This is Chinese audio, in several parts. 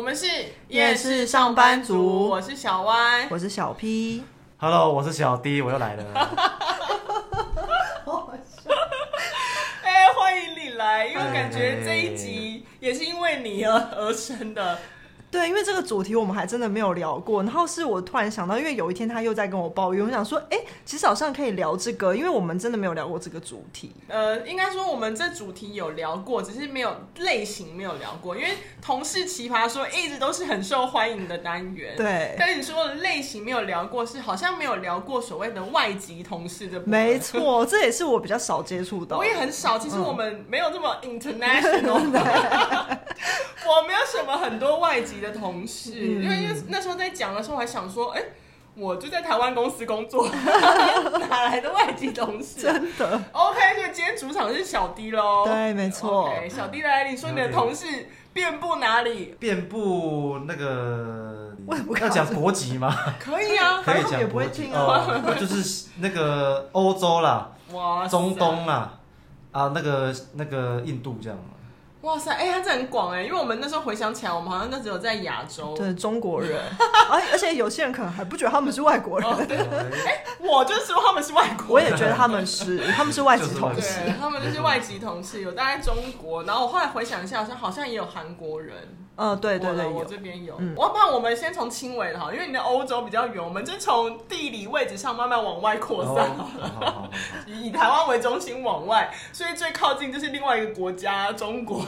们是夜市上班族我是小歪。我是小 P， Hello，我是小 D，我又来了。 哎、欢迎你来，因为感觉这一集也是因为你而而生的。对，因为这个主题我们还真的没有聊过，然后是我突然想到，因为有一天他又在跟我抱怨，我想说，哎、其实好像可以聊这个，因为我们真的没有聊过这个主题。呃，应该说我们这主题有聊过，只是没有类型没有聊过，因为同事奇葩说一直都是很受欢迎的单元。。 对，但你说的类型没有聊过，是好像没有聊过所谓的外籍同事的。没。错，这也是我比较少接触到我。也很少，其实我们没有这 么 international，、我没有什么很多外籍的同事，嗯因为因为那时候在讲的时候，我还想说，哎、我就在台湾公司工 作，哪来的外籍同事啊、真的， OK，所以今天主场是小 D 喽。对没错 OK，小 D 来，你说你的同事遍布哪 里？遍布那个我也不，要讲国籍 吗？可以啊，可他们以也讲不会国籍听啊哦，那就是那个欧洲啦、哇塞，中啊东啦，啊，那个那个印度 这样。哇塞，哎、他这很广哎、因为我们那时候回想起来，我们好像都只有在亚洲。对中国人， 而而且有些人可能还不觉得他们是外国人，哦，对，哎我就说他们是外国我人也。觉得他们是，他们是外籍同 就事是。对，他们就是外籍同事，有待在中国，然后我后来回想一下，好像好像也有韩国人。嗯，对对对，我我有这边有。嗯我怕我们先从轻微的哈，因为你的欧洲比较远，我们就从地理位置上慢慢往外扩好散。哦哦好好好，以以台湾为中心往外，所以最靠近就是另外一个国家 中国。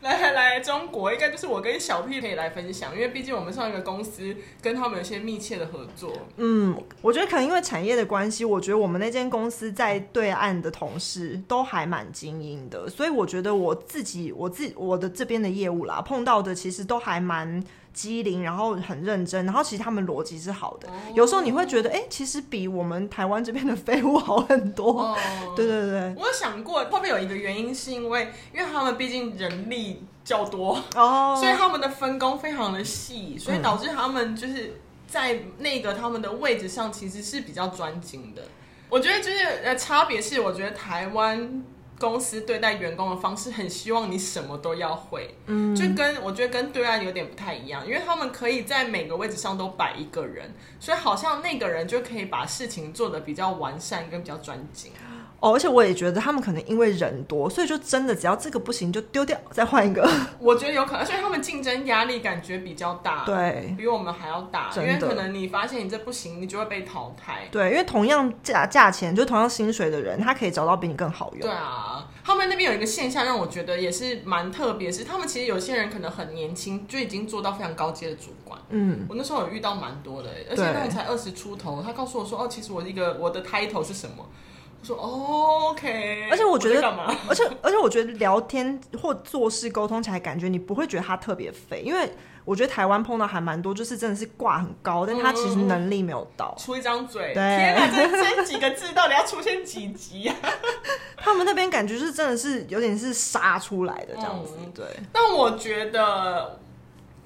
来来来，中国应该就是我跟小 P 可以来分享，因为毕竟我们上一个公司跟他们有一些密切的合作。嗯，我觉得可能因为产业的关系，我觉得我们那间公司在对岸的同事都还蛮精英的，所以我觉得我自己我自我的这边的业务啦，碰到的其实都还蛮机灵，然后很认真，然后其实他们逻辑是好哦的。有时候你会觉得，哎、其实比我们台湾这边的废物好很 多。哦，对对对，我有想过，会不会有一个原因是因为，因为他们毕竟人力较多，哦，所以他们的分工非常的细，所以导致他们就是在那个他们的位置上其实是比较专精的。我觉得就是呃，差别是我觉得台湾。公司对待员工的方式很希望你什么都要会，嗯，就跟我觉得跟对岸有点不太一样，因为他们可以在每个位置上都摆一个人，所以好像那个人就可以把事情做得比较完善跟比较专精。哦，而且我也觉得他们可能因为人多，所以就真的只要这个不行就丢掉，再换一个。我觉得有可能，而且他们竞争压力感觉比较大，， 对，比我们还要大，因真的为可能你发现你这不行，你就会被淘汰。对，因为同样价价钱，就同样薪水的人，他可以找到比你更好用。对啊，他们那边有一个现象让我觉得也是蛮特别，是他们其实有些人可能很年轻就已经做到非常高阶的主管。嗯，我那时候有遇到蛮多的，欸而且对那哦个才二十出头，他告诉我说：“哦，其实我一个我的 title 是什么？”我说、哦、：“OK。”而且我觉得在干嘛？而且而且，我觉得聊天或做事沟通起来，感觉你不会觉得他特别废，因为我觉得台湾碰到还蛮多，就是真的是挂很高，但他其实能力没有到。出一张嘴，对天哪，这这几个字到底要出现几集啊？他们那边感觉是真的是有点是杀出来的这样子，嗯对，但我觉得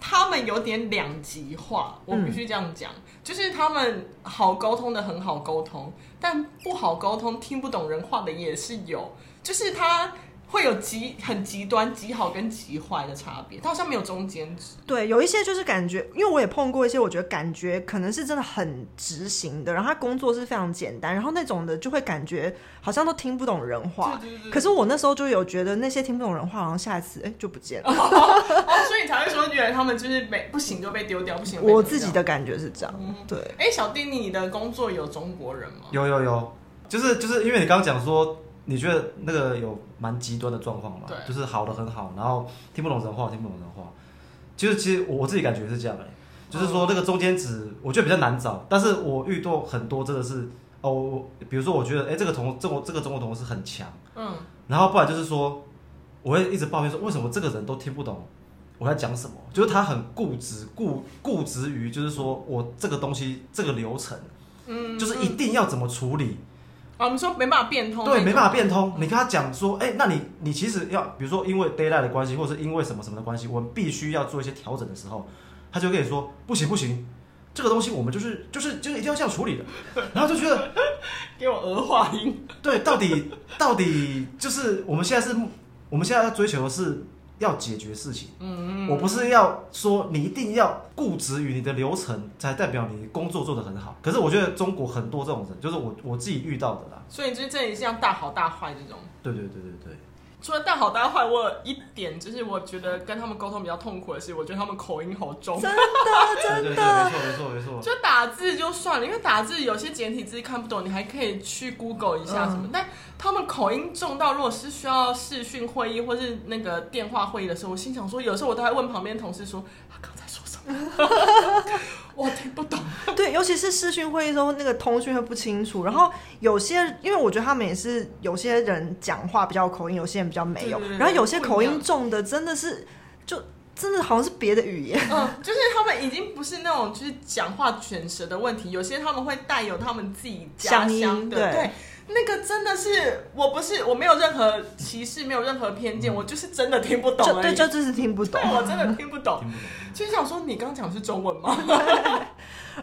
他们有点两极化，我必须这样讲，就是他们好沟通的很好沟通，但不好沟通、听不懂人话的也是有，就是他。会有极很极端、极好跟极坏的差别，他好像没有中间值。对，有一些就是感觉，因为我也碰过一些，我觉得感觉可能是真的很执行的，然后他工作是非常简单，然后那种的就会感觉好像都听不懂人话。对对对可是我那时候就有觉得那些听不懂人话，好像下一次哎、就不见了。哦，所以你才会说，原来他们就是没不行就被丢掉，不行就被丢掉。我自己的感觉是这样，对。哎，小丁，你的工作有中国人吗？有有有，就是就是因为你刚刚讲说，你觉得那个有蛮极端的状况嘛对，就是好的很好，然后听不懂人话，听不懂人话。其实其实我我自己感觉是这样的、就是哦说那个中间值，我觉得比较难找，但是我遇到很多真的是哦，我比如说我觉得哎、这个同这个这个中国同事很强，嗯，然后不然就是说，我会一直抱怨说，为什么这个人都听不懂我在讲什么？就是他很固执，固固执于就是说我这个东西这个流程，嗯，就是一定要怎么处理，啊，我们说没办法变通，对，没办法。法变通。你跟他讲说，哎、那你你其实要，比如说因为 d a y l i g h t 的关系，或者是因为什么什么的关系，我们必须要做一些调整的时候，他就跟你说，不行不行，这个东西我们就是就是就是一定要这样处理的，然后就觉得。给我儿化音。对，到底到底就是我们现在是，我们现在要追求的是要解决事情。嗯嗯，我不是要说你一定要固执于你的流程，才代表你工作做得很好。可是我觉得中国很多这种人，就是我我自己遇到的啦。所以就是这里像大好大坏这种。对对对对对，除了大好大坏，我有一点就是我觉得跟他们沟通比较痛苦的是，我觉得他们口音好重。真的对哦真对对，的没，错没错没错。就打字就算了，因为打字有些简体字看不懂，你还可以去 Google 一嗯下什么。但他们口音重到，如果是需要视讯会议或是那个电话会议的时候，我心想说，有时候我都还问旁边同事说，他刚才说什么， 我听不懂。对，尤其是视讯会议的时候，那个通讯会不清楚。然后有些，因为我觉得他们也是有些人讲话比较有口音，有些人比较没有。对对对然后有些口不一音样重的真的是，就真的好像是别的语言。嗯，就是他们已经不是那种就是讲话卷舌的问题，有些他们会带有他们自己家乡音乡的，对那个真的是我不是我没有任何歧视，没有任何偏见，我就是真的听不懂嗯就而对，已。就就是听不懂对，。我真的听不懂听。不懂就想说，你刚讲的是中文吗？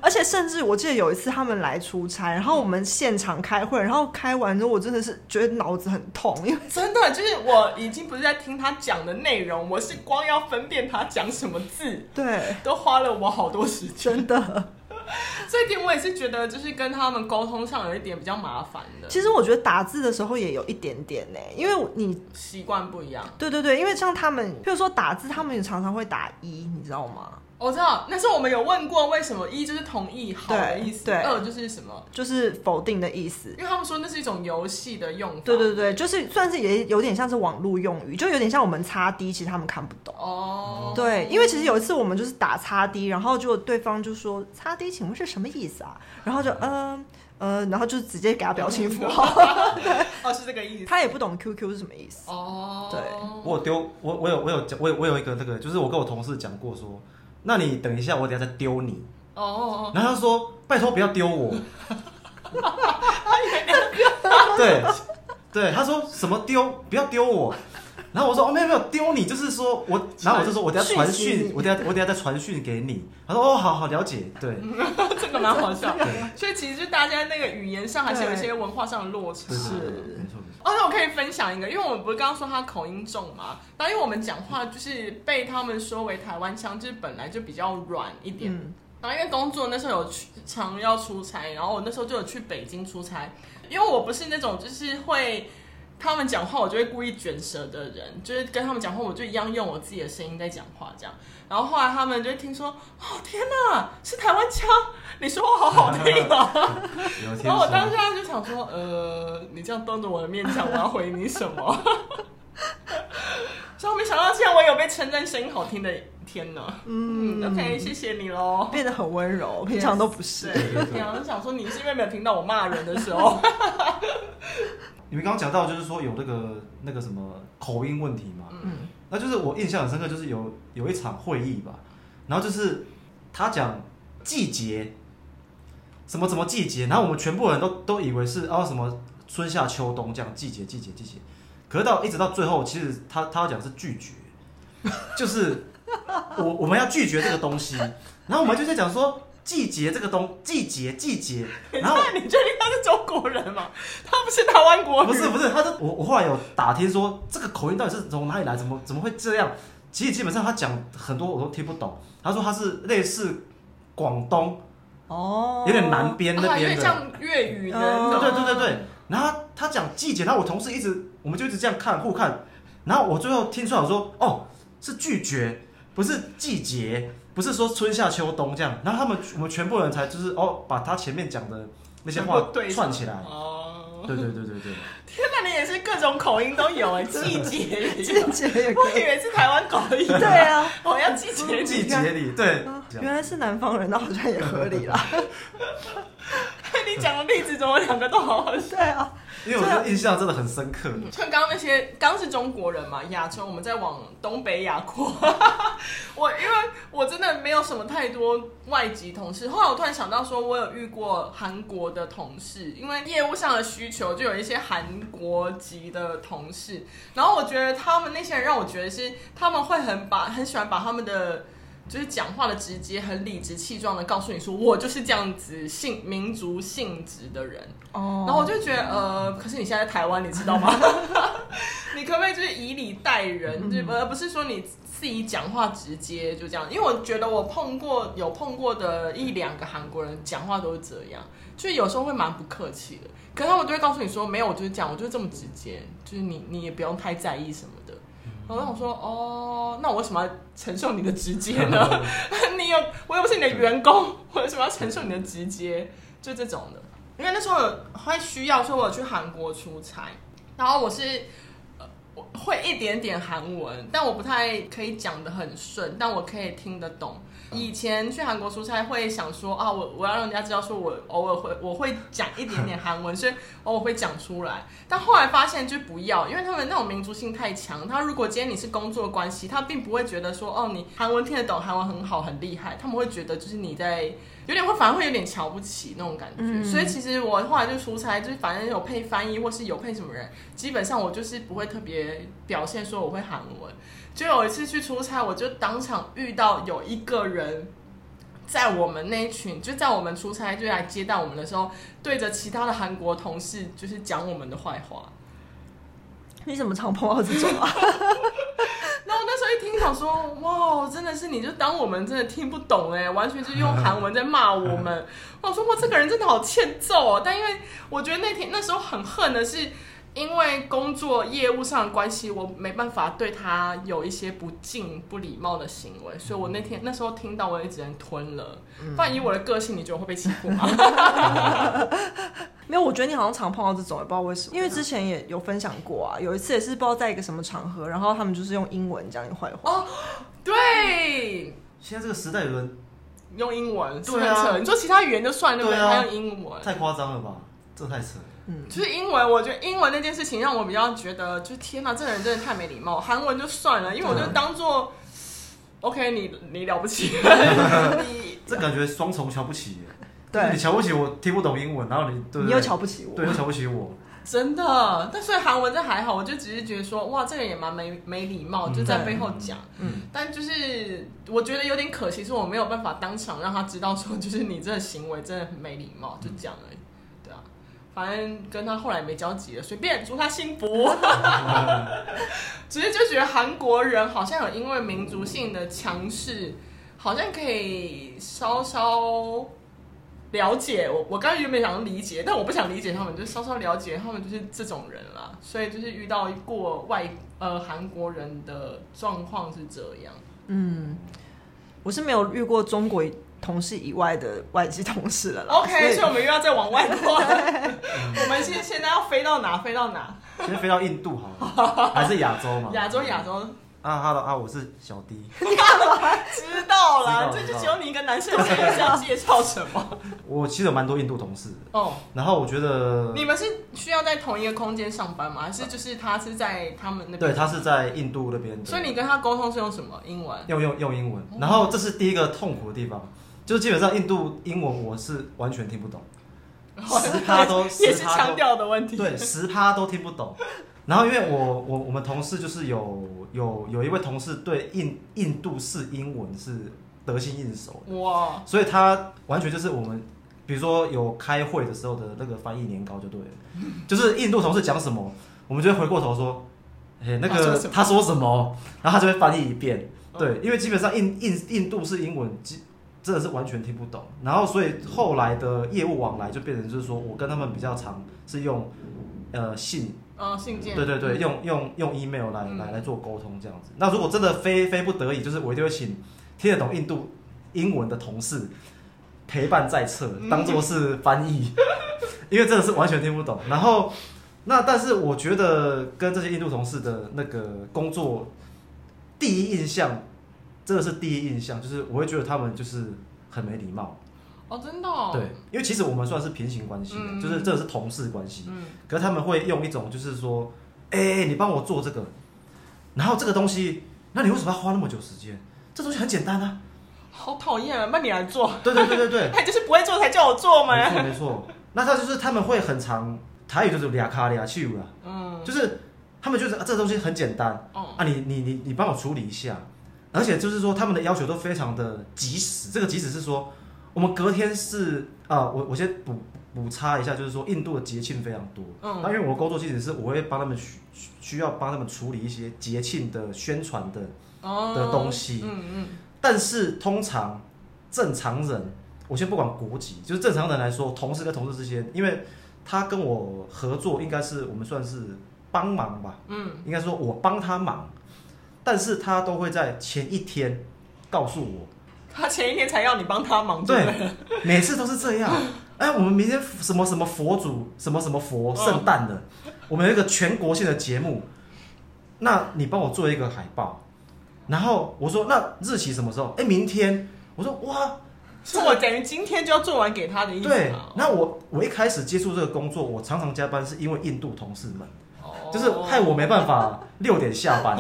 而且甚至我记得有一次他们来出差，然后我们现场开会，然后开完之后我真的是觉得脑子很痛，因为真的，就是我已经不是在听他讲的内容，我是光要分辨他讲什么字，对，都花了我好多时间。真的。 这一点我也是觉得，就是跟他们沟通上有一点比较麻烦的，其实我觉得打字的时候也有一点点呢、因为你习惯不一样。对对对，因为像他们，譬如说打字，他们也常常会打一，你知道吗？我知道，那时候我们有问过，为什么一就是同意好的意思，对对二就是什么？就是否定的意思。因为他们说那是一种游戏的用法。对对对，就是算是也有点像是网络用语，就有点像我们擦 D，其实他们看不懂。哦，对，因为其实有一次我们就是打擦 D，然后就对方就说擦 D，请问是什么意思啊？然后就嗯呃然后就直接给他表情符号，哦是这个意思。他也不懂 QQ 是什么意思。哦，对我有丢我我有我有讲我有我有一个那个，就是我跟我同事讲过说，那你等一下，我等一下再丢你。哦哦， 然后他说：“拜托不要丢我。”对对，他说什么丢不要丢我。然后我说哦没有没有丢你，就是说我，然后我就说我等下传讯息讯你，我等下我等下再传讯给你。他说哦好好了解，对哦这个蛮好笑。对所以其实大家那个语言上还是有一些文化上的落差对。是对对没错没错，哦，那我可以分享一个，因为我们不是刚刚说他口音重嘛，那因为我们讲话就是被他们说为台湾腔，就是本来就比较软一点。嗯，然后因为工作那时候有去常要出差，然后我那时候就有去北京出差，因为我不是那种就是会他们讲话我就会故意卷舌的人，就是跟他们讲话我就一样用我自己的声音在讲话这样。然后后来他们就听说，哦天哪，是台湾腔，你说话好好听啊！有天然哦后我当说。下就想说，呃，你这样当着我的面讲，我要回你什么？ 所以我没想到，竟然我有被称赞声音好听的一天呢。嗯 o k 谢谢你喽。变得很温柔，平常都不是。对，平常就想说，你是因为没有听到我骂人的时候，你们刚刚讲到就是说有那个那个什么口音问题嘛，嗯，那就是我印象很深刻，就是有有一场会议吧，然后就是他讲季节，什么什么季节，然后我们全部人都都以为是哦什么春夏秋冬这样季节季节季节，可是到一直到最后，其实他他要讲是拒绝，就是我我们要拒绝这个东西，然后我们就在讲说季节这个东季节季节，然后那 你确定他是中国人吗？他不是台湾国不是人，不是，他这我我后来有打听说这个口音到底是从哪里来，怎么怎么会这样？其实基本上他讲很多我都听不懂。他说他是类似广东，哦，有点南边那啊，有边点的，像粤语的哦那对种，对对对对。然后他他讲季节，然后我同事一直我们就一直这样看互看，然后我最后听出来我说哦是拒绝，不是季节，不是说春夏秋冬这样。然后他们我们全部人才就是哦把他前面讲的那些全话部对上串起来。哦，对对对对对。天哪，你也是各种口音都有哎，季节也有季节也可我以以。为是台湾口音， 对啊，我要季节季节里，对，这样原来是南方人，那好像也合理啦。 你讲的例子怎么两个都好好笑？对啊，因为我这印象真的很深刻。像刚刚那些，刚是中国人嘛，亚洲，我们在往东北亚扩。 我因为我真的没有什么太多外籍同事，后来我突然想到说，我有遇过韩国的同事，因为业务上的需求，就有一些韩国籍的同事，然后我觉得他们那些人让我觉得是他们会很把很喜欢把他们的。就是讲话的直接，很理直气壮的告诉你说，我就是这样子性民族性质的人。哦然后我就觉得，呃，可是你现在在台湾，你知道吗？你可不可以就是以礼待人，就是而不是说你自己讲话直接就这样？因为我觉得我碰过有碰过的一两个韩国人讲话都是这样，就是有时候会蛮不客气的，可是他们都会告诉你说没有，我就是这样，我就是这么直接，就是你你也不用太在意什么的。然后我说哦，那我为什么要承受你的直接呢？ 你有我又不是你的员工， 我为什么要承受你的直接？就这种的，因为那时候有会需要说我去韩国出差，然后我是呃我会一点点韩文，但我不太可以讲得很顺，但我可以听得懂。以前去韩国出差会想说啊，我我要让人家知道说我偶尔会我会讲一点点韩文，所以偶哦尔会讲出来。但后来发现就不要，因为他们那种民族性太强。他如果今天你是工作关系，他并不会觉得说哦你韩文听得懂，韩文很好很厉害，他们会觉得就是你在有点会反而会有点瞧不起那种感觉。嗯所以其实我后来就出差，就是反正有配翻译或是有配什么人，基本上我就是不会特别表现说我会韩文。就有一次去出差，我就当场遇到有一个人，在我们那一群，就在我们出差就来接待我们的时候，对着其他的韩国同事就是讲我们的坏话。你怎么常碰到这种啊？然后我那时候一听，想说哇，真的是你就当我们真的听不懂哎，完全就是用韩文在骂我们。我说哇，这个人真的好欠揍哦。但因为我觉得那天那时候很恨的是，因为工作业务上的关系，我没办法对他有一些不敬、不礼貌的行为，所以我那天那时候听到，我也只能吞了。不然以我的个性，你觉得我会被欺负吗？ 没有，我觉得你好像常碰到这种，也不知道为什么。啊因为之前也有分享过啊，有一次也是不知道在一个什么场合，然后他们就是用英文讲你坏话。哦，对，现在这个时代有人用英文，对啊是很扯你说其他语言就算了，对不对？对啊还用英文，太夸张了吧？这太扯了。就是英文，我觉得英文那件事情让我比较觉得，就是天哪，这个人真的太没礼貌。韩文就算了，因为我就啊当做、OK，你你了不 起， 你这感觉双重瞧不起耶。对你瞧不起我听不懂英文，然后你对不对你又瞧不起我对，又瞧不起我，真的。但所以韩文这还好，我就只是觉得说，哇，这个人也蛮没没礼貌，嗯就在对背后讲。嗯，但就是我觉得有点可惜，是我没有办法当场让他知道说，就是你这个行为真的很没礼貌，嗯就这样而已。对啊，反正跟他后来没交集了，随便祝他幸 福。只是就觉得韩国人好像有因为民族性的强势，好像可以稍稍。了解我，我刚才原本想理解，但我不想理解他们，就稍稍了解他们就是这种人啦。所以就是遇到过外呃韩国人的状况是这样。嗯，我是没有遇过中国同事以外的外籍同事了啦。 OK，所以所我们又要再往外扩。我们现现在要飞到哪？飞到 哪？先飞到印度好 了，还是亚洲嘛？亚洲，亚洲，啊，Hello 啊，我是小 D，知道啦。知道这知就道只有你一个男生，我也想介绍什 么？我其实有蛮多印度同事的，哦，然后我觉得你们是需要在同一个空间上班吗？还是就是他是在他们那边？对他是在印度那边的，所以你跟他哦沟通是用什么英文？用用用英文，然后这是第一个痛苦的地方，就是基本上印度英文我是完全听不懂，十趴都 也是十趴都腔调的问题。对，十趴都听不懂。然后因为我我我们同事就是有有有一位同事对印印度式英文是得心应手的，哇，所以他完全就是我们比如说有开会的时候的那个翻译年糕就对了，就是印度同事讲什么，我们就会回过头说，哎、那他说个什么他说什么，哦然后他就会翻译一遍。对，因为基本上印印印度式英文基真的是完全听不懂，然后所以后来的业务往来就变成就是说我跟他们比较常是用呃信嗯，信件。对对对，用用用 email 来嗯来来做沟通这样子。那如果真的非非不得已，就是我一定会请听得懂印度英文的同事陪伴在侧，嗯当做是翻译， 因为真的是完全听不懂。然后那但是我觉得跟这些印度同事的那个工作第一印象，真的是第一印象，就是我会觉得他们就是很没礼貌。哦，真的、哦。对，，因为其实我们算是平行关系的，嗯就是这是同事关系。嗯，可是他们会用一种就是说，哎、你帮我做这个，然后这个东西，那你为什么要花那么久时间？这东西很简单啊。好讨厌啊！那你来做，对对对对对，他就是不会做才叫我做嘛。没错没错。那他就是他们会很常台语就是俩卡俩去啊，嗯，就是他们就是、啊、这个东西很简单哦啊，你你你你帮我处理一下。而且就是说他们的要求都非常的及时，这个及时是说我们隔天是啊、我我先补补插一下，就是说印度的节庆非常多。嗯那因为我的工作性质是，我会帮他们需需要帮他们处理一些节庆的宣传的，哦的东西嗯嗯，但是通常正常人，我先不管国籍，就是正常人来说，同事跟同事之间，因为他跟我合作，应该是我们算是帮忙吧，嗯，应该说我帮他忙，但是他都会在前一天告诉我，他前一天才要你帮他忙，对不对，每次都是这样。哎，我们明天什么什么佛祖，什么什么佛，圣诞的，我们有一个全国性的节目，那你帮我做一个海报。然后我说那日期什么时候？哎，明天。我说哇，是我等于今天就要做完给他的意思啊对嘛，那我我一开始接触这个工作，我常常加班是因为印度同事们，哦就是害我没办法六点下班。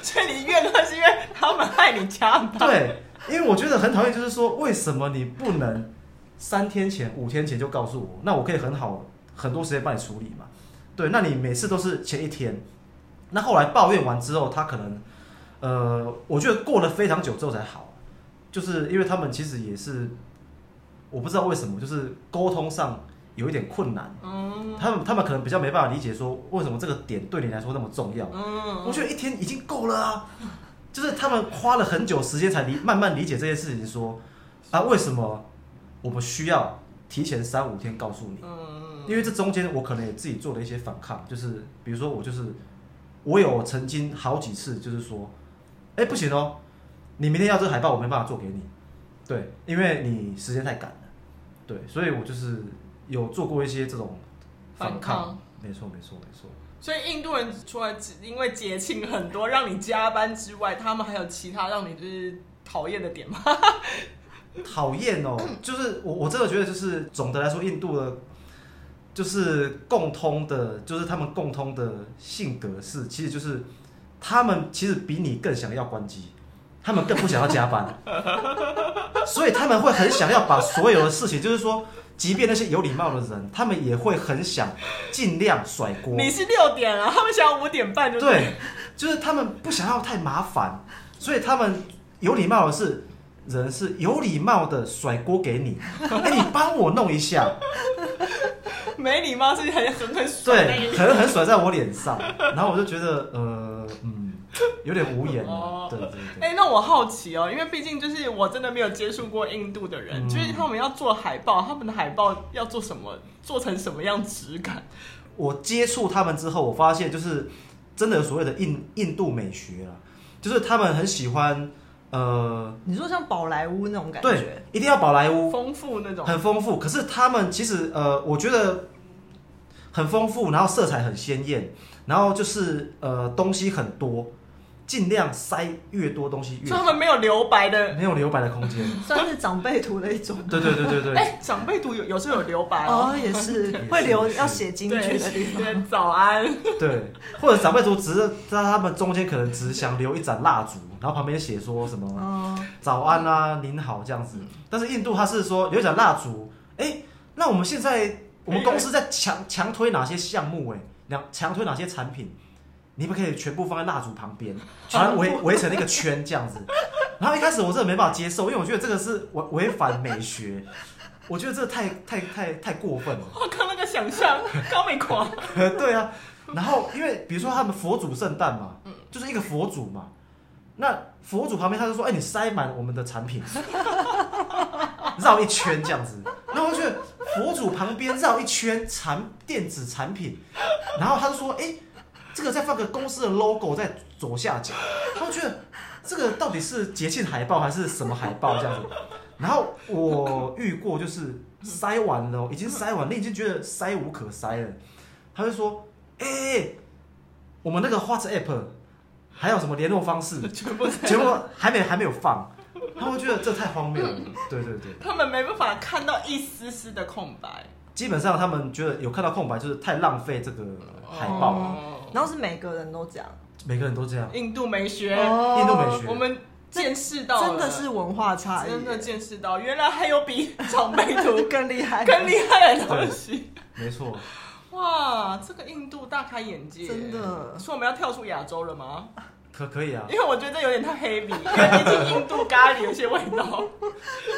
所以你怨恨是因为他们害你加班，对，因为我觉得很讨厌，就是说为什么你不能三天前、五天前就告诉我，那我可以很好很多时间帮你处理嘛？对，那你每次都是前一天，那后来抱怨完之后，他可能呃，我觉得过了非常久之后才好，就是因为他们其实也是我不知道为什么，就是沟通上有一点困难。嗯他们他们可能比较没办法理解说为什么这个点对你来说那么重要。嗯，我觉得一天已经够了啊，就是他们花了很久时间才理慢慢理解这件事情说，啊为什么我们需要提前三五天告诉你？嗯因为这中间我可能也自己做了一些反抗，就是比如说我就是我有曾经好几次就是说，哎不行哦，你明天要这个海报我没办法做给你，对，因为你时间太赶了，对，所以我就是有做过一些这种反反抗抗，没错没错没错，所以印度人除了只因为节庆很多让你加班之外，他们还有其他让你就是讨厌的点吗？讨厌哦，就是我我真的觉得就是总的来说印度的。就是共通的，就是他们共通的性格是，其实就是他们其实比你更想要关机，他们更不想要加班，所以他们会很想要把所有的事情，就是说，即便那些有礼貌的人，他们也会很想尽量甩锅。你是六点啊，他们想要五点半就对，就是他们不想要太麻烦，所以他们有礼貌的是人是有礼貌的甩锅给你，哎、你帮我弄一下，没礼貌，是很狠狠甩对，你。狠狠甩在我脸上，然后我就觉得呃嗯有点无言了哦，对对哎、对，那我好奇哦，因为毕竟就是我真的没有接触过印度的人，嗯就是他们要做海报，他们的海报要做什么，做成什么样质感？我接触他们之后，我发现就是真的有所谓的印印度美学了，就是他们很喜欢呃你说像宝莱坞那种感对觉，，一定要宝莱坞，丰富那种，很丰富。可是他们其实呃，我觉得很丰富，然后色彩很鲜艳，然后就是呃东西很多，尽量塞越多东西越所以他好们没有留白的。没有留白的空间。算是长辈图的一 种。对对对对对，哎、长辈读有有时候有留白哦，也是也是会留要写金句对，的地 方。对早安，对，或者长辈图只是在他们中间可能只想留一盏蜡烛，然后旁边写说什么嗯，早安啊、您好这样子。但是印度它是说留一盏蜡烛，哎、那我们现在我们公司在强强推哪些项目、哎，两强推哪些产品，你们可以全部放在蜡烛旁边，全围围成一个圈这样子。然后一开始我真的没办法接受，因为我觉得这个是违违反美学，我觉得这太太太太过分了。我靠那个想象，高美狂， 对啊，然后因为比如说他们佛祖圣诞嘛，就是一个佛祖嘛，那佛祖旁边他就说：“哎、你塞满我们的产品，绕一圈这样子。”然后我就觉得佛祖旁边绕一圈产电子产品，然后他就说：“哎、这个再放个公司的 logo 在左下角。”他就觉得这个到底是节庆海报还是什么海报这样子？然后我遇过就是塞完了哦，已经塞完了，你已经觉得塞无可塞了。他会说：“哎、欸，我们那个 WhatsApp 还有什么联络方式？全部结果还没还没有放。”他会觉得这太荒谬了。对对对，他们没办法看到一丝丝的空白。基本上他们觉得有看到空白就是太浪费这个海报了。哦然后是每个人都这样，每个人都这样，印度美学，哦印度美学我们见识到了真的是文化差异，真的见识到，原来还有比长辈图 更厉害， 更厉害的东西。没错。哇，这个印度大开眼界，真的所以我们要跳出亚洲了吗？可 可以啊，因为我觉得有点太 heavy，因为毕竟印度咖喱有些味道。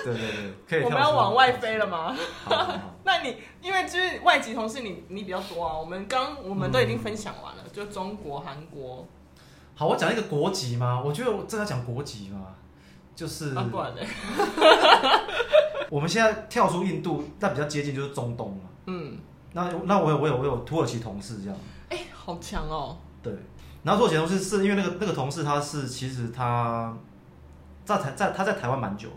对对对，可以。我们要往外飞了？吗？好好好，那你因为就是外籍同事你，你比较多啊。我们刚我们都已经分享完了，嗯就中国、韩国好，我讲一个国籍吗？我觉得我真的要讲国籍吗？就是啊，不然呢？我们现在跳出印度，但比较接近就是中东嘛。嗯，那那我有我有我有土耳其同事这样，哎、好强哦。对。然后土耳其同事是因为那个那个同事他是其实他在台在他在台湾蛮久了，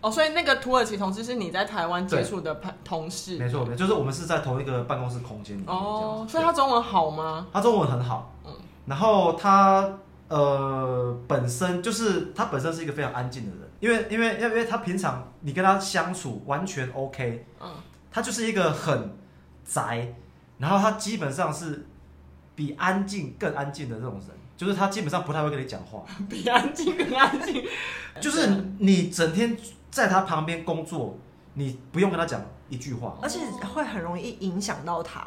哦，所以那个土耳其同事是你在台湾接触的朋同事，没错没错，就是我们是在同一个办公室空间里面这样子。哦，对所以他中文好吗？他中文很好，嗯然后他呃本身就是他本身是一个非常安静的人，因为因为因为他平常你跟他相处完全 OK， 嗯，他就是一个很宅，然后他基本上是比安静更安静的这种人，就是他基本上不太会跟你讲话，比安静更安静。就是你整天在他旁边工作，你不用跟他讲一句话，而且会很容易影响到他。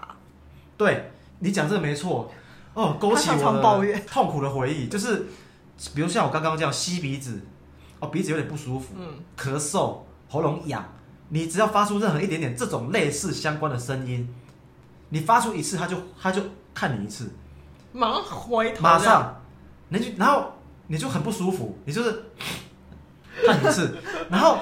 对你讲这个没错哦，勾起他常我常抱的怨痛苦的回忆，就是比如像我刚刚这样吸鼻子，哦，鼻子有点不舒服，嗯，咳嗽，喉咙痒，你只要发出任何一点点这种类似相关的声音，你发出一次，他就他就看你一次，马上回头，马，上，你就然后你就很不舒服，你就是看一次，然后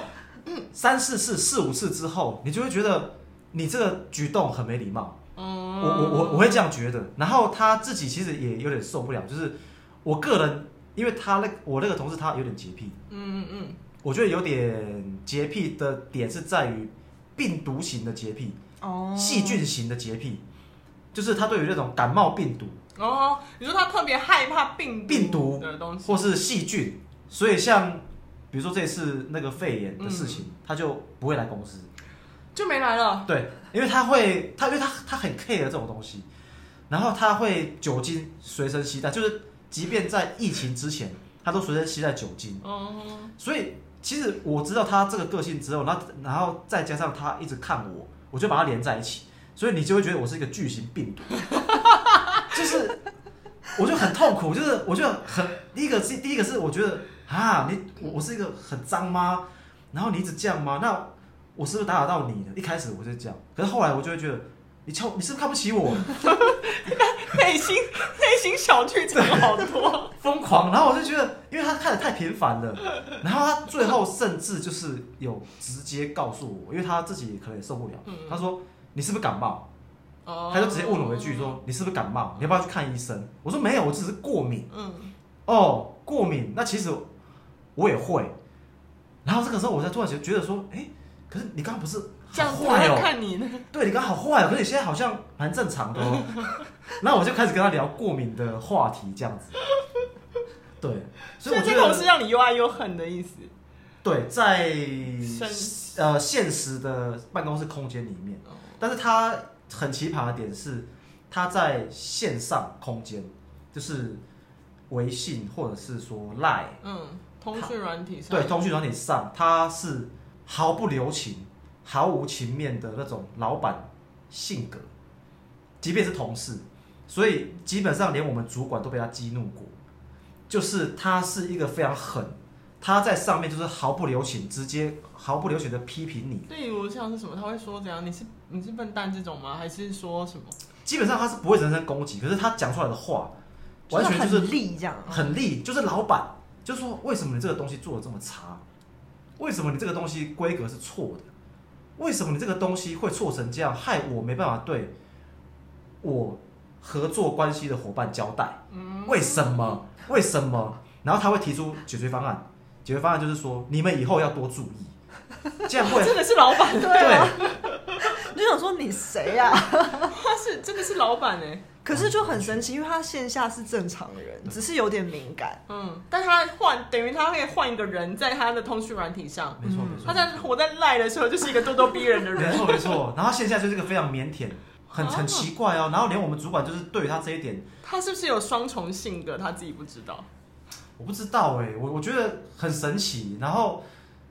三四次、四五次之后，你就会觉得你这个举动很没礼貌。嗯，我我我我会这样觉得。然后他自己其实也有点受不了，就是我个人，因为他那我那个同事他有点洁癖，嗯嗯嗯，我觉得有点洁癖的点是在于病毒型的洁癖、哦，细菌型的洁癖，就是他对于那种感冒病毒哦，你说他特别害怕病病毒的东西，或是细菌，所以像比如说这次那个肺炎的事情，嗯他就不会来公司。就没来了。对，因为他会，他因为他他很 care 这种东西，然后他会酒精随身携带，就是即便在疫情之前，他都随身携带酒精。 哦，所以其实我知道他这个个性之后，然后然后再加上他一直看我，我就把他连在一起，所以你就会觉得我是一个巨型病毒， 就是我就很痛苦，就是我就很第一个是第一个是我觉得啊，你我我是一个很脏吗？然后你一直这样吗？那我是不是打扰到你了？一开始我就这样，可是后来我就会觉得。你瞧，你是不是看不起我？内心内心小剧场好 多，疯狂，然后我就觉得，因为他看的太频繁了，然后他最后甚至就是有直接告诉我，因为他自己可能也受不了，嗯他说你是不是感冒？哦他就直接问我一句说你是不是感冒？你要不要去看医生？我说没有，我只是过敏。嗯，哦，过敏，那其实我也会。然后这个时候我才突然觉觉得说，哎，可是你刚刚不是这样好子坏他哦？看你 呢，对你刚刚好坏哦，可是你现在好像蛮正常的 哦。然后我就开始跟他聊过敏的话题，这样子。对，所所以以我觉这得同事让你又爱又恨的意思。对，在生呃现实的办公室空间里面，哦但是他很奇葩的点是，他在线上空间，就是微信或者是说 Line，嗯，通讯软体上对，通讯软体上，他是毫不留情、毫无情面的那种老板性格，即便是同事，所以基本上连我们主管都被他激怒过。就是他是一个非常狠，他在上面就是毫不留情，直接毫不留情的批评你。例如像是什么，他会说怎样？你是你是笨蛋这种吗？还是说什么？基本上他是不会人身攻击，可是他讲出来的话，就完是全就是很利这样。很利，就是老板就说为什么你这个东西做的这么差？为什么你这个东西规格是错的？为什么你这个东西会错成这样，害我没办法对我合作关系的伙伴交代？嗯，为什么？为什么？然后他会提出解决方案，解决方案就是说你们以后要多注意，这样会啊真的是老板，对啊，你就想说你谁呀、 他是真的是老板哎。可是就很神奇，因为他线下是正常人，只是有点敏感。嗯，但他换等于他可以换一个人在他的通讯软体上，没错没错，他在我在赖的时候就是一个咄咄逼人的没人。错没错，然后线下就是个非常腼腆，很很奇怪哦。然后连我们主管就是对于他这一点，他是不是有双重性格？他自己不知道。我不知道哎、我我觉得很神奇。然后，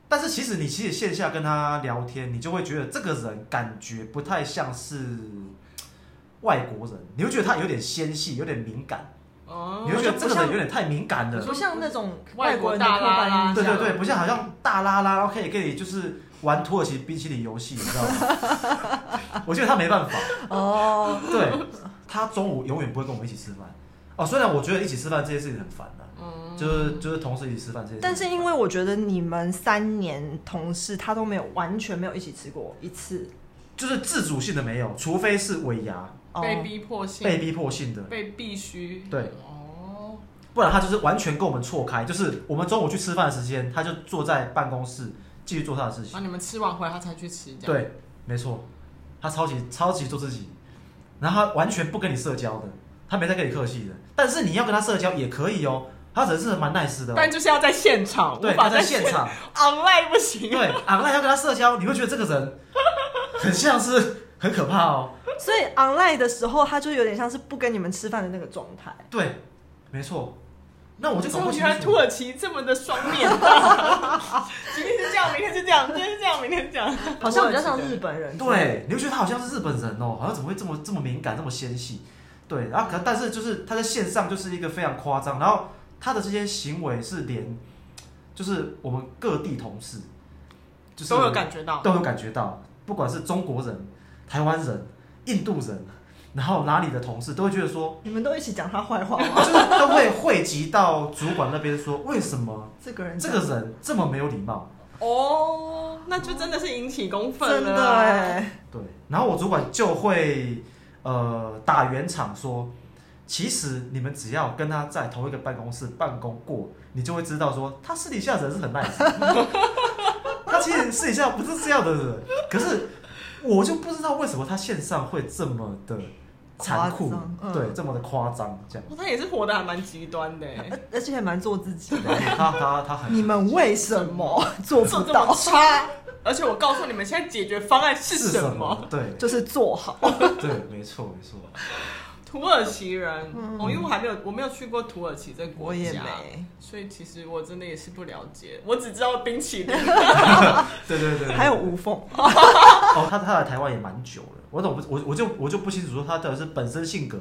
但是其实你其实线下跟他聊天，你就会觉得这个人感觉不太像是外国人，你会觉得他有点纤细，有点敏感，嗯哦你会觉得这个像人有点太敏感了。不像那种外国国人的刻大拉拉板印对象。对对，不像好像大拉拉，然后可以跟你就是玩土耳其冰淇淋游戏，你知道吗？ 我觉得他没办法，哦，对他中午永远不会跟我们一起吃饭。哦，虽然我觉得一起吃饭这件事情很烦的、啊嗯就是就是同事一起吃饭这件事情很烦，但是因为我觉得你们三年同事，他都没有完全没有一起吃过一次。就是自主性的没有，除非是尾牙哦被逼迫性，被逼迫性的，被必须，对哦，不然他就是完全跟我们错开，就是我们中午去吃饭的时间，他就坐在办公室继续做他的事然情。后你们吃完回来他才去吃，哦这样，对，没错，他超级超级做自己，然后他完全不跟你社交的，他没在跟你客气的。但是你要跟他社交也可以哦，他人是蛮 nice 的、但哦。就是要在现场，对，无法他在现场， online 不行，对，啊，那要跟他社交，你会觉得这个人很像是很可怕哦。所以 online 的时候，他就有点像是不跟你们吃饭的那个状态。对，没错。那我就搞我不居清然土楚。耳其这么的双 面，今天是这样，明天是这样，今天是这样，明天是这样，好像比较像日本人。对，你会觉得他好像是日本人哦，好像怎么会这么这么敏感，这么纤细？对，然后可能但是就是他在线上就是一个非常夸张，然后他的这些行为是连，就是我们各地同事，就是都有感觉到，都有感觉到，不管是中国人、台湾人、印度人，然后哪里的同事都会觉得说，你们都一起讲他坏话吗？ 就是都会汇集到主管那边说，为什么这个人这讲个人这么没有礼貌？哦，那就真的是引起公愤真了的啊，哎，对，然后我主管就会呃打圆场说，其实你们只要跟他在同一个办公室办公过，你就会知道说他私底下人是很 nice，的 他其实私底下不是这样的人，可是我就不知道为什么他线上会这么的残酷夸张，嗯对，这么的夸张这样。哦他也是活得还蛮极端的欸，而而且还蛮做自己的。对他他他很你们为什么 做做不这么到？差，而且我告诉你们，现在解决方案是是什什么么？？对就是做好。对，没错没错。 土耳其人，哦，因为我还没有，我没有去过土耳其这个国嗯我也家，没，所以其实我真的也是不了解，我只知道冰淇淋。对对对对，还有无缝。哦，他他来台湾也蛮久了，我怎么不我我就我就不清楚说他到底是本身性格，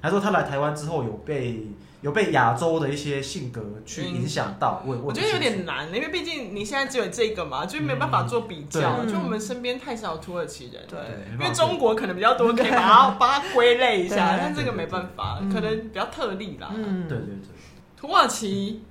还是说他来台湾之后有被有被亚洲的一些性格去影响到，我也嗯我也觉得有不清楚点难，因为毕竟你现在只有这个嘛，就没有办法做比较。嗯对就我们身边太少土耳其人，对对，没因办为法中国可能比较多，可以把它把它归类一下，对但这个没办法，对对可对能比较特例啦。对嗯，对对，土耳其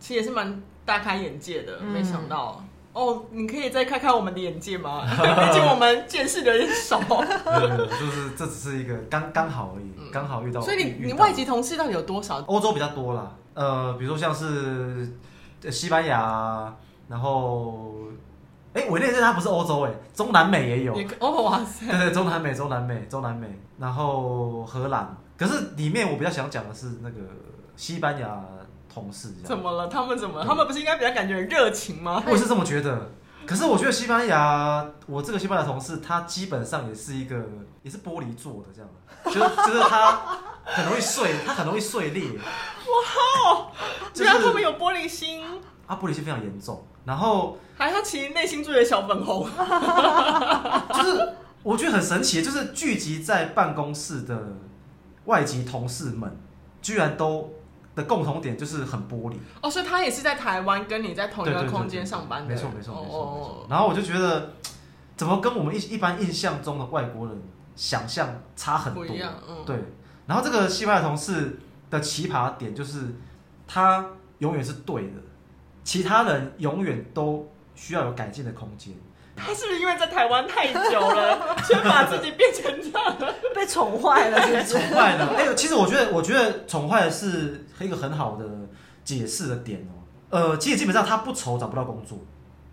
其实也是蛮大开眼界的，嗯没想到。哦，你可以再开开我们的眼界吗？ 毕竟我们见识的人少，没有没有就是这只是一个刚刚好而已，刚好遇嗯到。所以你遇你到外籍同事到底有多少？欧洲比较多啦，呃，比如说像是呃西班牙，然后哎委内瑞拉不是欧洲哎、中南美也有，也可哦哇塞， 对对，中南美，中南美，中南美，然后荷兰。可是里面我比较想讲的是那个西班牙同事这怎样，么了？他们怎么了？对他们不是应该比较感觉很热情吗？ 我也是这么觉得。可是我觉得西班牙，我这个西班牙同事，他基本上也是一个也是玻璃做的这样，就是就是他很容易碎，他很容易碎裂。哇居就然他们是有玻璃心，他玻璃心非常严重，然后还是他其实内心住着小粉红。 就是我觉得很神奇，就是聚集在办公室的外籍同事们，居然都的共同点就是很玻璃，哦，所以他也是在台湾跟你在同一对个对对空间上班的。没错没错哦没哦错没错哦。然后我就觉得，怎么跟我们一一般印象中的外国人想象差很多？不一样，嗯，对。然后这个西班牙同事的奇葩点就是，他永远是对的，其他人永远都需要有改进的空间。他是不是因为在台湾太久 了，先把自己变成这样？ 被宠坏了，是不 宠是？坏 了。哎、呦，其实我觉得，我觉得宠坏是一个很好的解释的点哦。呃，其实基本上他不愁找不到工作，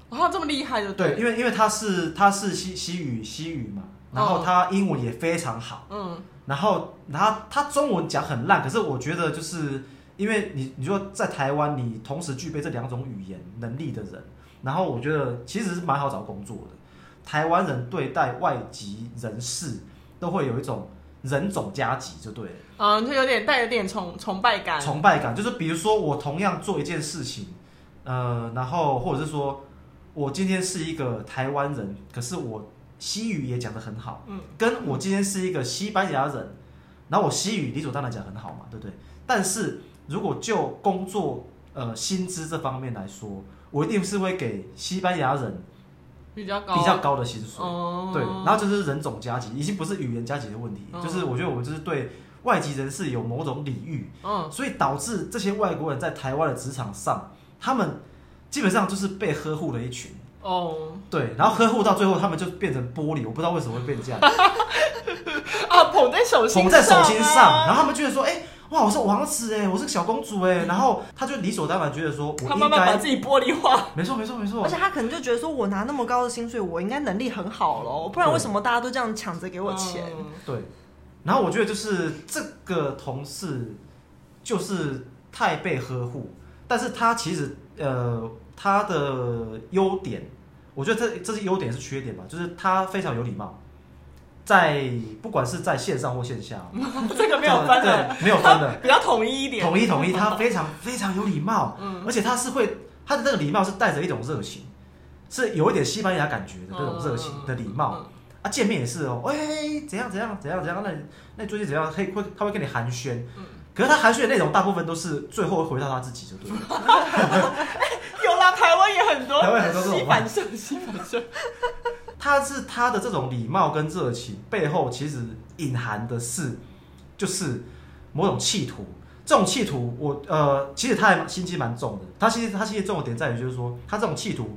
哦，他这么厉害就对，对。因为因为他是他是西西语西语嘛，然后他英文也非常好，嗯，然后然后他中文讲很烂，可是我觉得就是因为你你说在台湾，你同时具备这两种语言能力的人，然后我觉得其实是蛮好找工作的。台湾人对待外籍人士都会有一种人种加级，就对了。嗯，就有点带有点崇崇拜感。崇拜感，就是比如说我同样做一件事情，呃，然后或者是说我今天是一个台湾人，可是我西语也讲得很好，嗯，跟我今天是一个西班牙人，然后我西语理所当然讲很好嘛，对不对？但是如果就工作呃薪资这方面来说，我一定是会给西班牙人比较高，比较高的薪水。哦，对，然后这就是人种加级，已经不是语言加级的问题，嗯就是我觉得我们就是对外籍人士有某种礼遇，嗯，所以导致这些外国人在台湾的职场上，他们基本上就是被呵护的一群。哦，对，然后呵护到最后，他们就变成玻璃，我不知道为什么会变 这样，啊，捧在手心，捧在手心上，然后后他们觉得说，哎、哇，我是王子哎、我是小公主哎、然后他就理所当然觉得说，我他应慢慢把该自，己玻璃化，没错没错没错而且，他可能就觉得说，我拿那么高的薪水，我应该能力很好喽，不然为什么大家都这样抢着给我钱？嗯对，然后我觉得就是这个同事就是太被呵护，但是他其实呃他的优点，我觉得这这是优点是缺点吧，就是他非常有礼貌，在不管是在线上或线下，嗯这 个没有分的，对，没有分的，比较统一一点，嗯统一统一，他非常非常有礼貌，而且他是会他的那个礼貌是带着一种热情，是有一点西班牙感觉的那种热情的礼貌。嗯，啊，见面也是哦，哎、怎样怎样怎样怎样，那你那你最近怎样？会会他会跟你寒暄，嗯可是他寒暄的内容大部分都是最后会回到他自己，就对 了。有啦，台湾也很多，台湾很多这种西反射，西反射，他是他的这种礼貌跟热情背后，其实隐含的是就是某种企图。这种企图我，呃，其实他还蛮心机蛮重的。他其实他其实重点在于就是说，他这种企图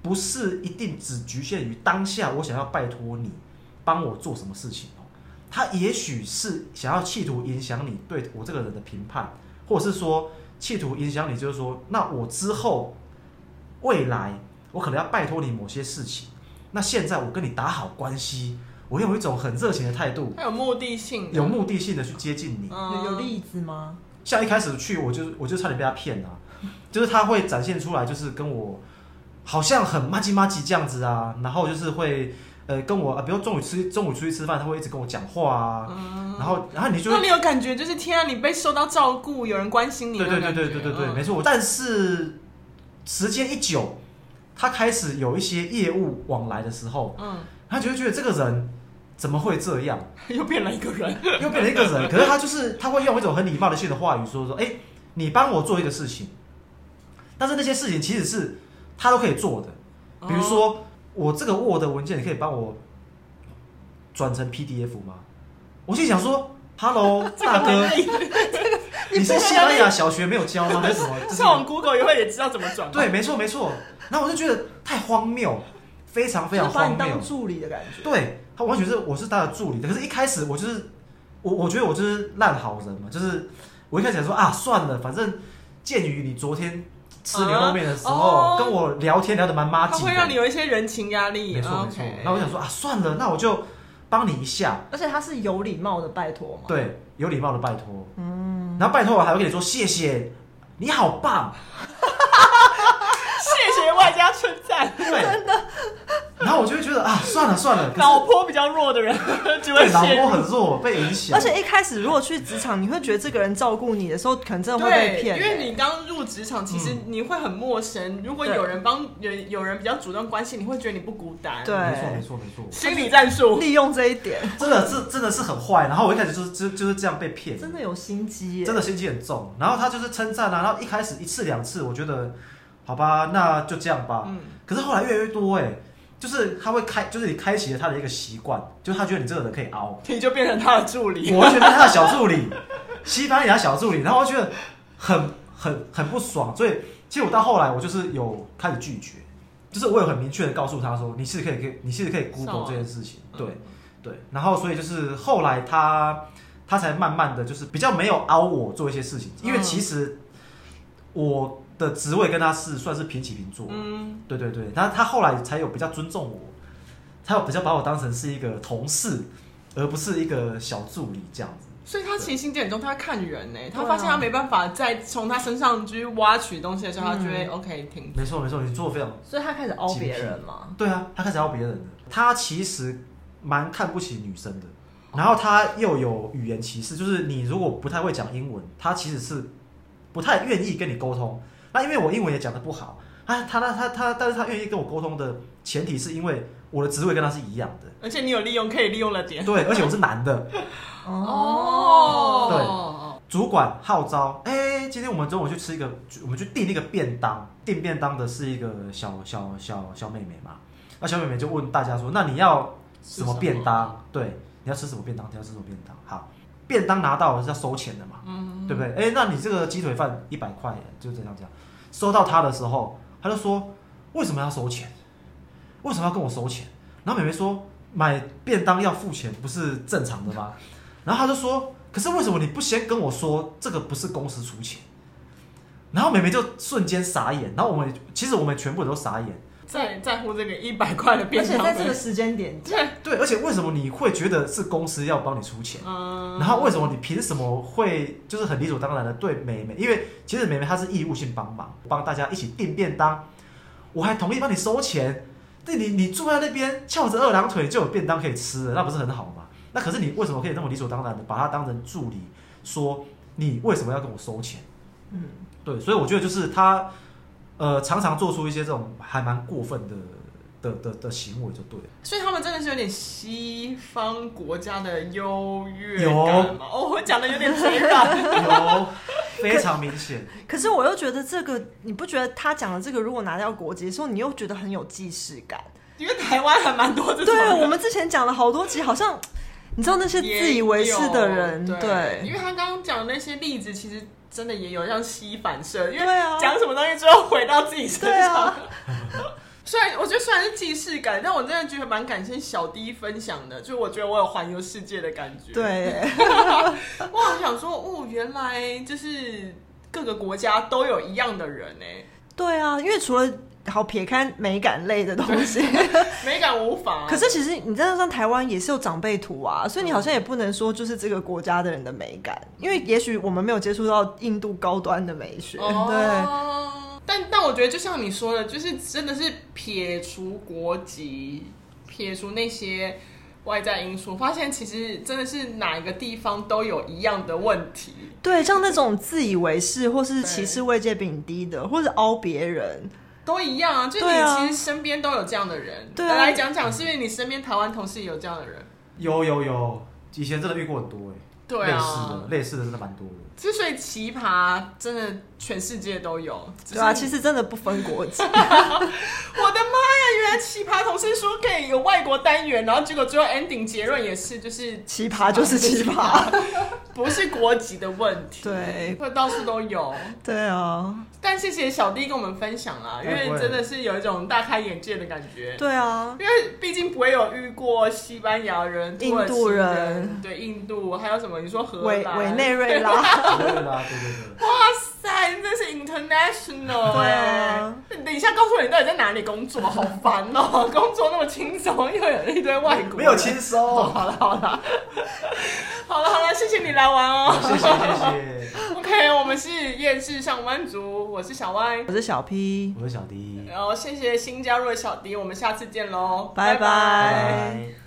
不是一定只局限于当下，我想要拜托你帮我做什么事情哦。他也许是想要企图影响你对我这个人的评判，或者是说企图影响你，就是说，那我之后未来我可能要拜托你某些事情，那现在我跟你打好关系，我用一种很热情的态度，它有目的性的，有目的性的去接近你。嗯有有例子吗？像一开始去，我就我就差点被他骗了、啊就是他会展现出来，就是跟我好像很麻吉麻吉这样子啊，然后就是会呃跟我啊，比如中午吃中午出去吃饭，他会一直跟我讲话啊，嗯然后然后你就那会你有感觉就是天啊，你被受到照顾，有人关心你，对对那对种感对觉对对对，嗯没错。但是时间一久，他开始有一些业务往来的时候，嗯，他就会觉得这个人怎么会这样？又变了一个 人，又变成一个人，可是他就是他会用一种很礼貌的性的话语说说，哎、你帮我做一个事情，但是那些事情其实是他都可以做的，比如哦，说、我这个 Word 文件，你可以帮我转成 PDF 吗？我心想说，Hello 大哥，你是西班牙小学没有教吗？还是 什么？就是上网 Google 也会也知道怎么转吧，对，没错没错。然后我就觉得太荒谬，非常非就是常把荒你谬当。助理的感觉。对他完全是我是他的助理的，可是一开始我就是我我觉得我就是烂好人嘛，就是我一开始想说啊算了，反正鉴于你昨天吃牛肉面的时候、啊哦跟我聊天聊得蛮妈它鸡的，会让你有一些人情压力，没错没错哦 OK。那我想说啊算了，那我就帮你一下，而且他是有礼貌的，拜托嘛。对，有礼貌的拜托，嗯，然后拜托我还会跟你说谢谢，你好棒，谢谢外加称赞。对，真的。然后我就会觉得啊算了算了， 可是脑波比较弱的人就会对脑陷波入。很弱，被影响，而且一开始如果去职场，你会觉得这个人照顾你的时候，可能真的会嗯被对，骗、欸因为你刚入职场，其实你会很陌生。如果有人帮有有人比较主动关心，你会觉得你不孤单。对没错没错没错。心理战 术。利用这一点，真的是真的是很坏，然后我一开始就是就就是这样被骗，真的有心机耶。真的心机很重。然后他就是称赞啊，然后一开始一次两次，我觉得好吧，那就这样吧。嗯可是后来越来越多哎、就是他会开，就是你开启了他的一个习惯，就是他觉得你这个人可以凹，你就变成他的助理，我完全变他的小助理，西班牙小助理，然后我觉得很很很不爽，所以其实我到后来我就是有开始拒绝，就是我有很明确的告诉他说，你是可以可以，你是可以上 Google 网这件事情，嗯对。对，然后所以就是后来他他才慢慢的就是比较没有凹我做一些事情，因为嗯其实我的职位跟他是算是平起平坐，嗯，对对对，他他后来才有比较尊重我，他有比较把我当成是一个同事，而不是一个小助理这样子。所以他其实心机很重，他看人呢、欸他对啊发现他没办法再从他身上去挖取东西的时候，他就嗯会 OK 停。没错没错，你做的非常所以他开始凹哦别人嘛。对啊，他开始要别人了。他其实蛮看不起女生的，然后他又有语言歧视，就是你如果不太会讲英文，他其实是不太愿意跟你沟通。那因为我英文也讲的不好，啊他他他他他，但是他愿意跟我沟通的前提是因为我的职位跟他是一样的，而且你有利用，可以利用了点。对，而且我是男的，哦，主管号召，哎、今天我们中午去吃一个，我们去订一个便当，订便当的是一个小小小小妹妹嘛，那小妹妹就问大家说，那你要什么便当？对，你要吃什么便当？你要吃什么便当？好，便当拿到了是要收钱的嘛，嗯，对不对？哎、那你这个鸡腿饭一百块，就这样这样。收到他的时候，他就说为什么要收钱？为什么要跟我收钱？然后妹妹说买便当要付钱，不是正常的吗？然后他就说，可是为什么你不先跟我说这个不是公司出钱？然后妹妹就瞬间傻眼，然后我们其实我们全部人都傻眼。在在乎这个一百块的而便且当在费，这个时间点，对，而且为什么你会觉得是公司要帮你出钱？嗯，然后为什么你凭什么会就是很理所当然的对妹妹？因为其实妹妹她是义务性帮忙，帮大家一起订便当，我还同意帮你收钱。对你，你坐在那边翘着二郎腿就有便当可以吃了，那不是很好吗？那可是你为什么可以那么理所当然的把她当成助理，说你为什么要跟我收钱？嗯，对，所以我觉得就是她，呃，常常做出一些这种还蛮过分的的的的的行为，就对了。所以他们真的是有点西方国家的优越感嘛？哦，我讲的有点嘴 软，有，非常明显。可是我又觉得这个，你不觉得他讲的这个，如果拿掉国籍的时候，你又觉得很有既视感？因为台湾还蛮多这种对，啊人。我们之前讲了好多集，好像你知道那些也自以为是的人，有对，因对为他刚刚讲的那些例子，其实真的也有像吸反射，因为对啊讲什么东西之后回到自己身对上。啊， 虽然我觉得虽然是既视感，但我真的觉得蛮感谢小 D 分享的，就我觉得我有环游世界的感觉。，对，我好想说，哦，原来就是各个国家都有一样的人欸呢、对啊，因为除了好撇开美感类的东 西，美感无法。可是其实你再像台湾也是有长辈图啊，所以你好像也不能说就是这个国家的人的美感，因为也许我们没有接触到印度高端的美学，对。哦，但但我觉得就像你说的，就是真的是撇除国籍，撇除那些外在因素，发现其实真的是哪一个地方都有一样的问题。对，像那种自以为是或是歧视对位阶比你低的，或者凹别人，都一样啊，就是对啊你其实身边都有这样的人。对啊来讲讲，是不是你身边台湾同事也有这样的人？有有有，以前真的遇过很多哎、对类似的啊，类似的真的蛮多的。 之所以奇葩，真的全世界都有。只对啊，是其实真的不分国籍。我的妈呀！原来奇葩同事说可以有外国单元，然后结果最后 ending 结论也是就是奇葩就是 奇葩，不是国籍的问题，对会到处都有。对啊，但谢谢小弟跟我们分享啊啦，因哎为不会真的是有一种大开眼界的感觉。对啊，因为毕竟不会有遇过西班牙人、土耳其印度人，人对印度，还有什么？你说荷委兰、委内瑞拉， 对啦，对对对，哇塞，真是 international 对哎啊、等一下告诉我你到底在哪里工作，好烦哦、 工作那么轻松，又有一堆外国人。没有轻 松。好了好了，好了好了，谢谢你来玩哦、谢谢谢谢， OK，我们是夜市上班族，我是小歪，我是小 P，我是小迪，然后谢谢新加入的小迪，我们下次见喽，拜拜拜拜。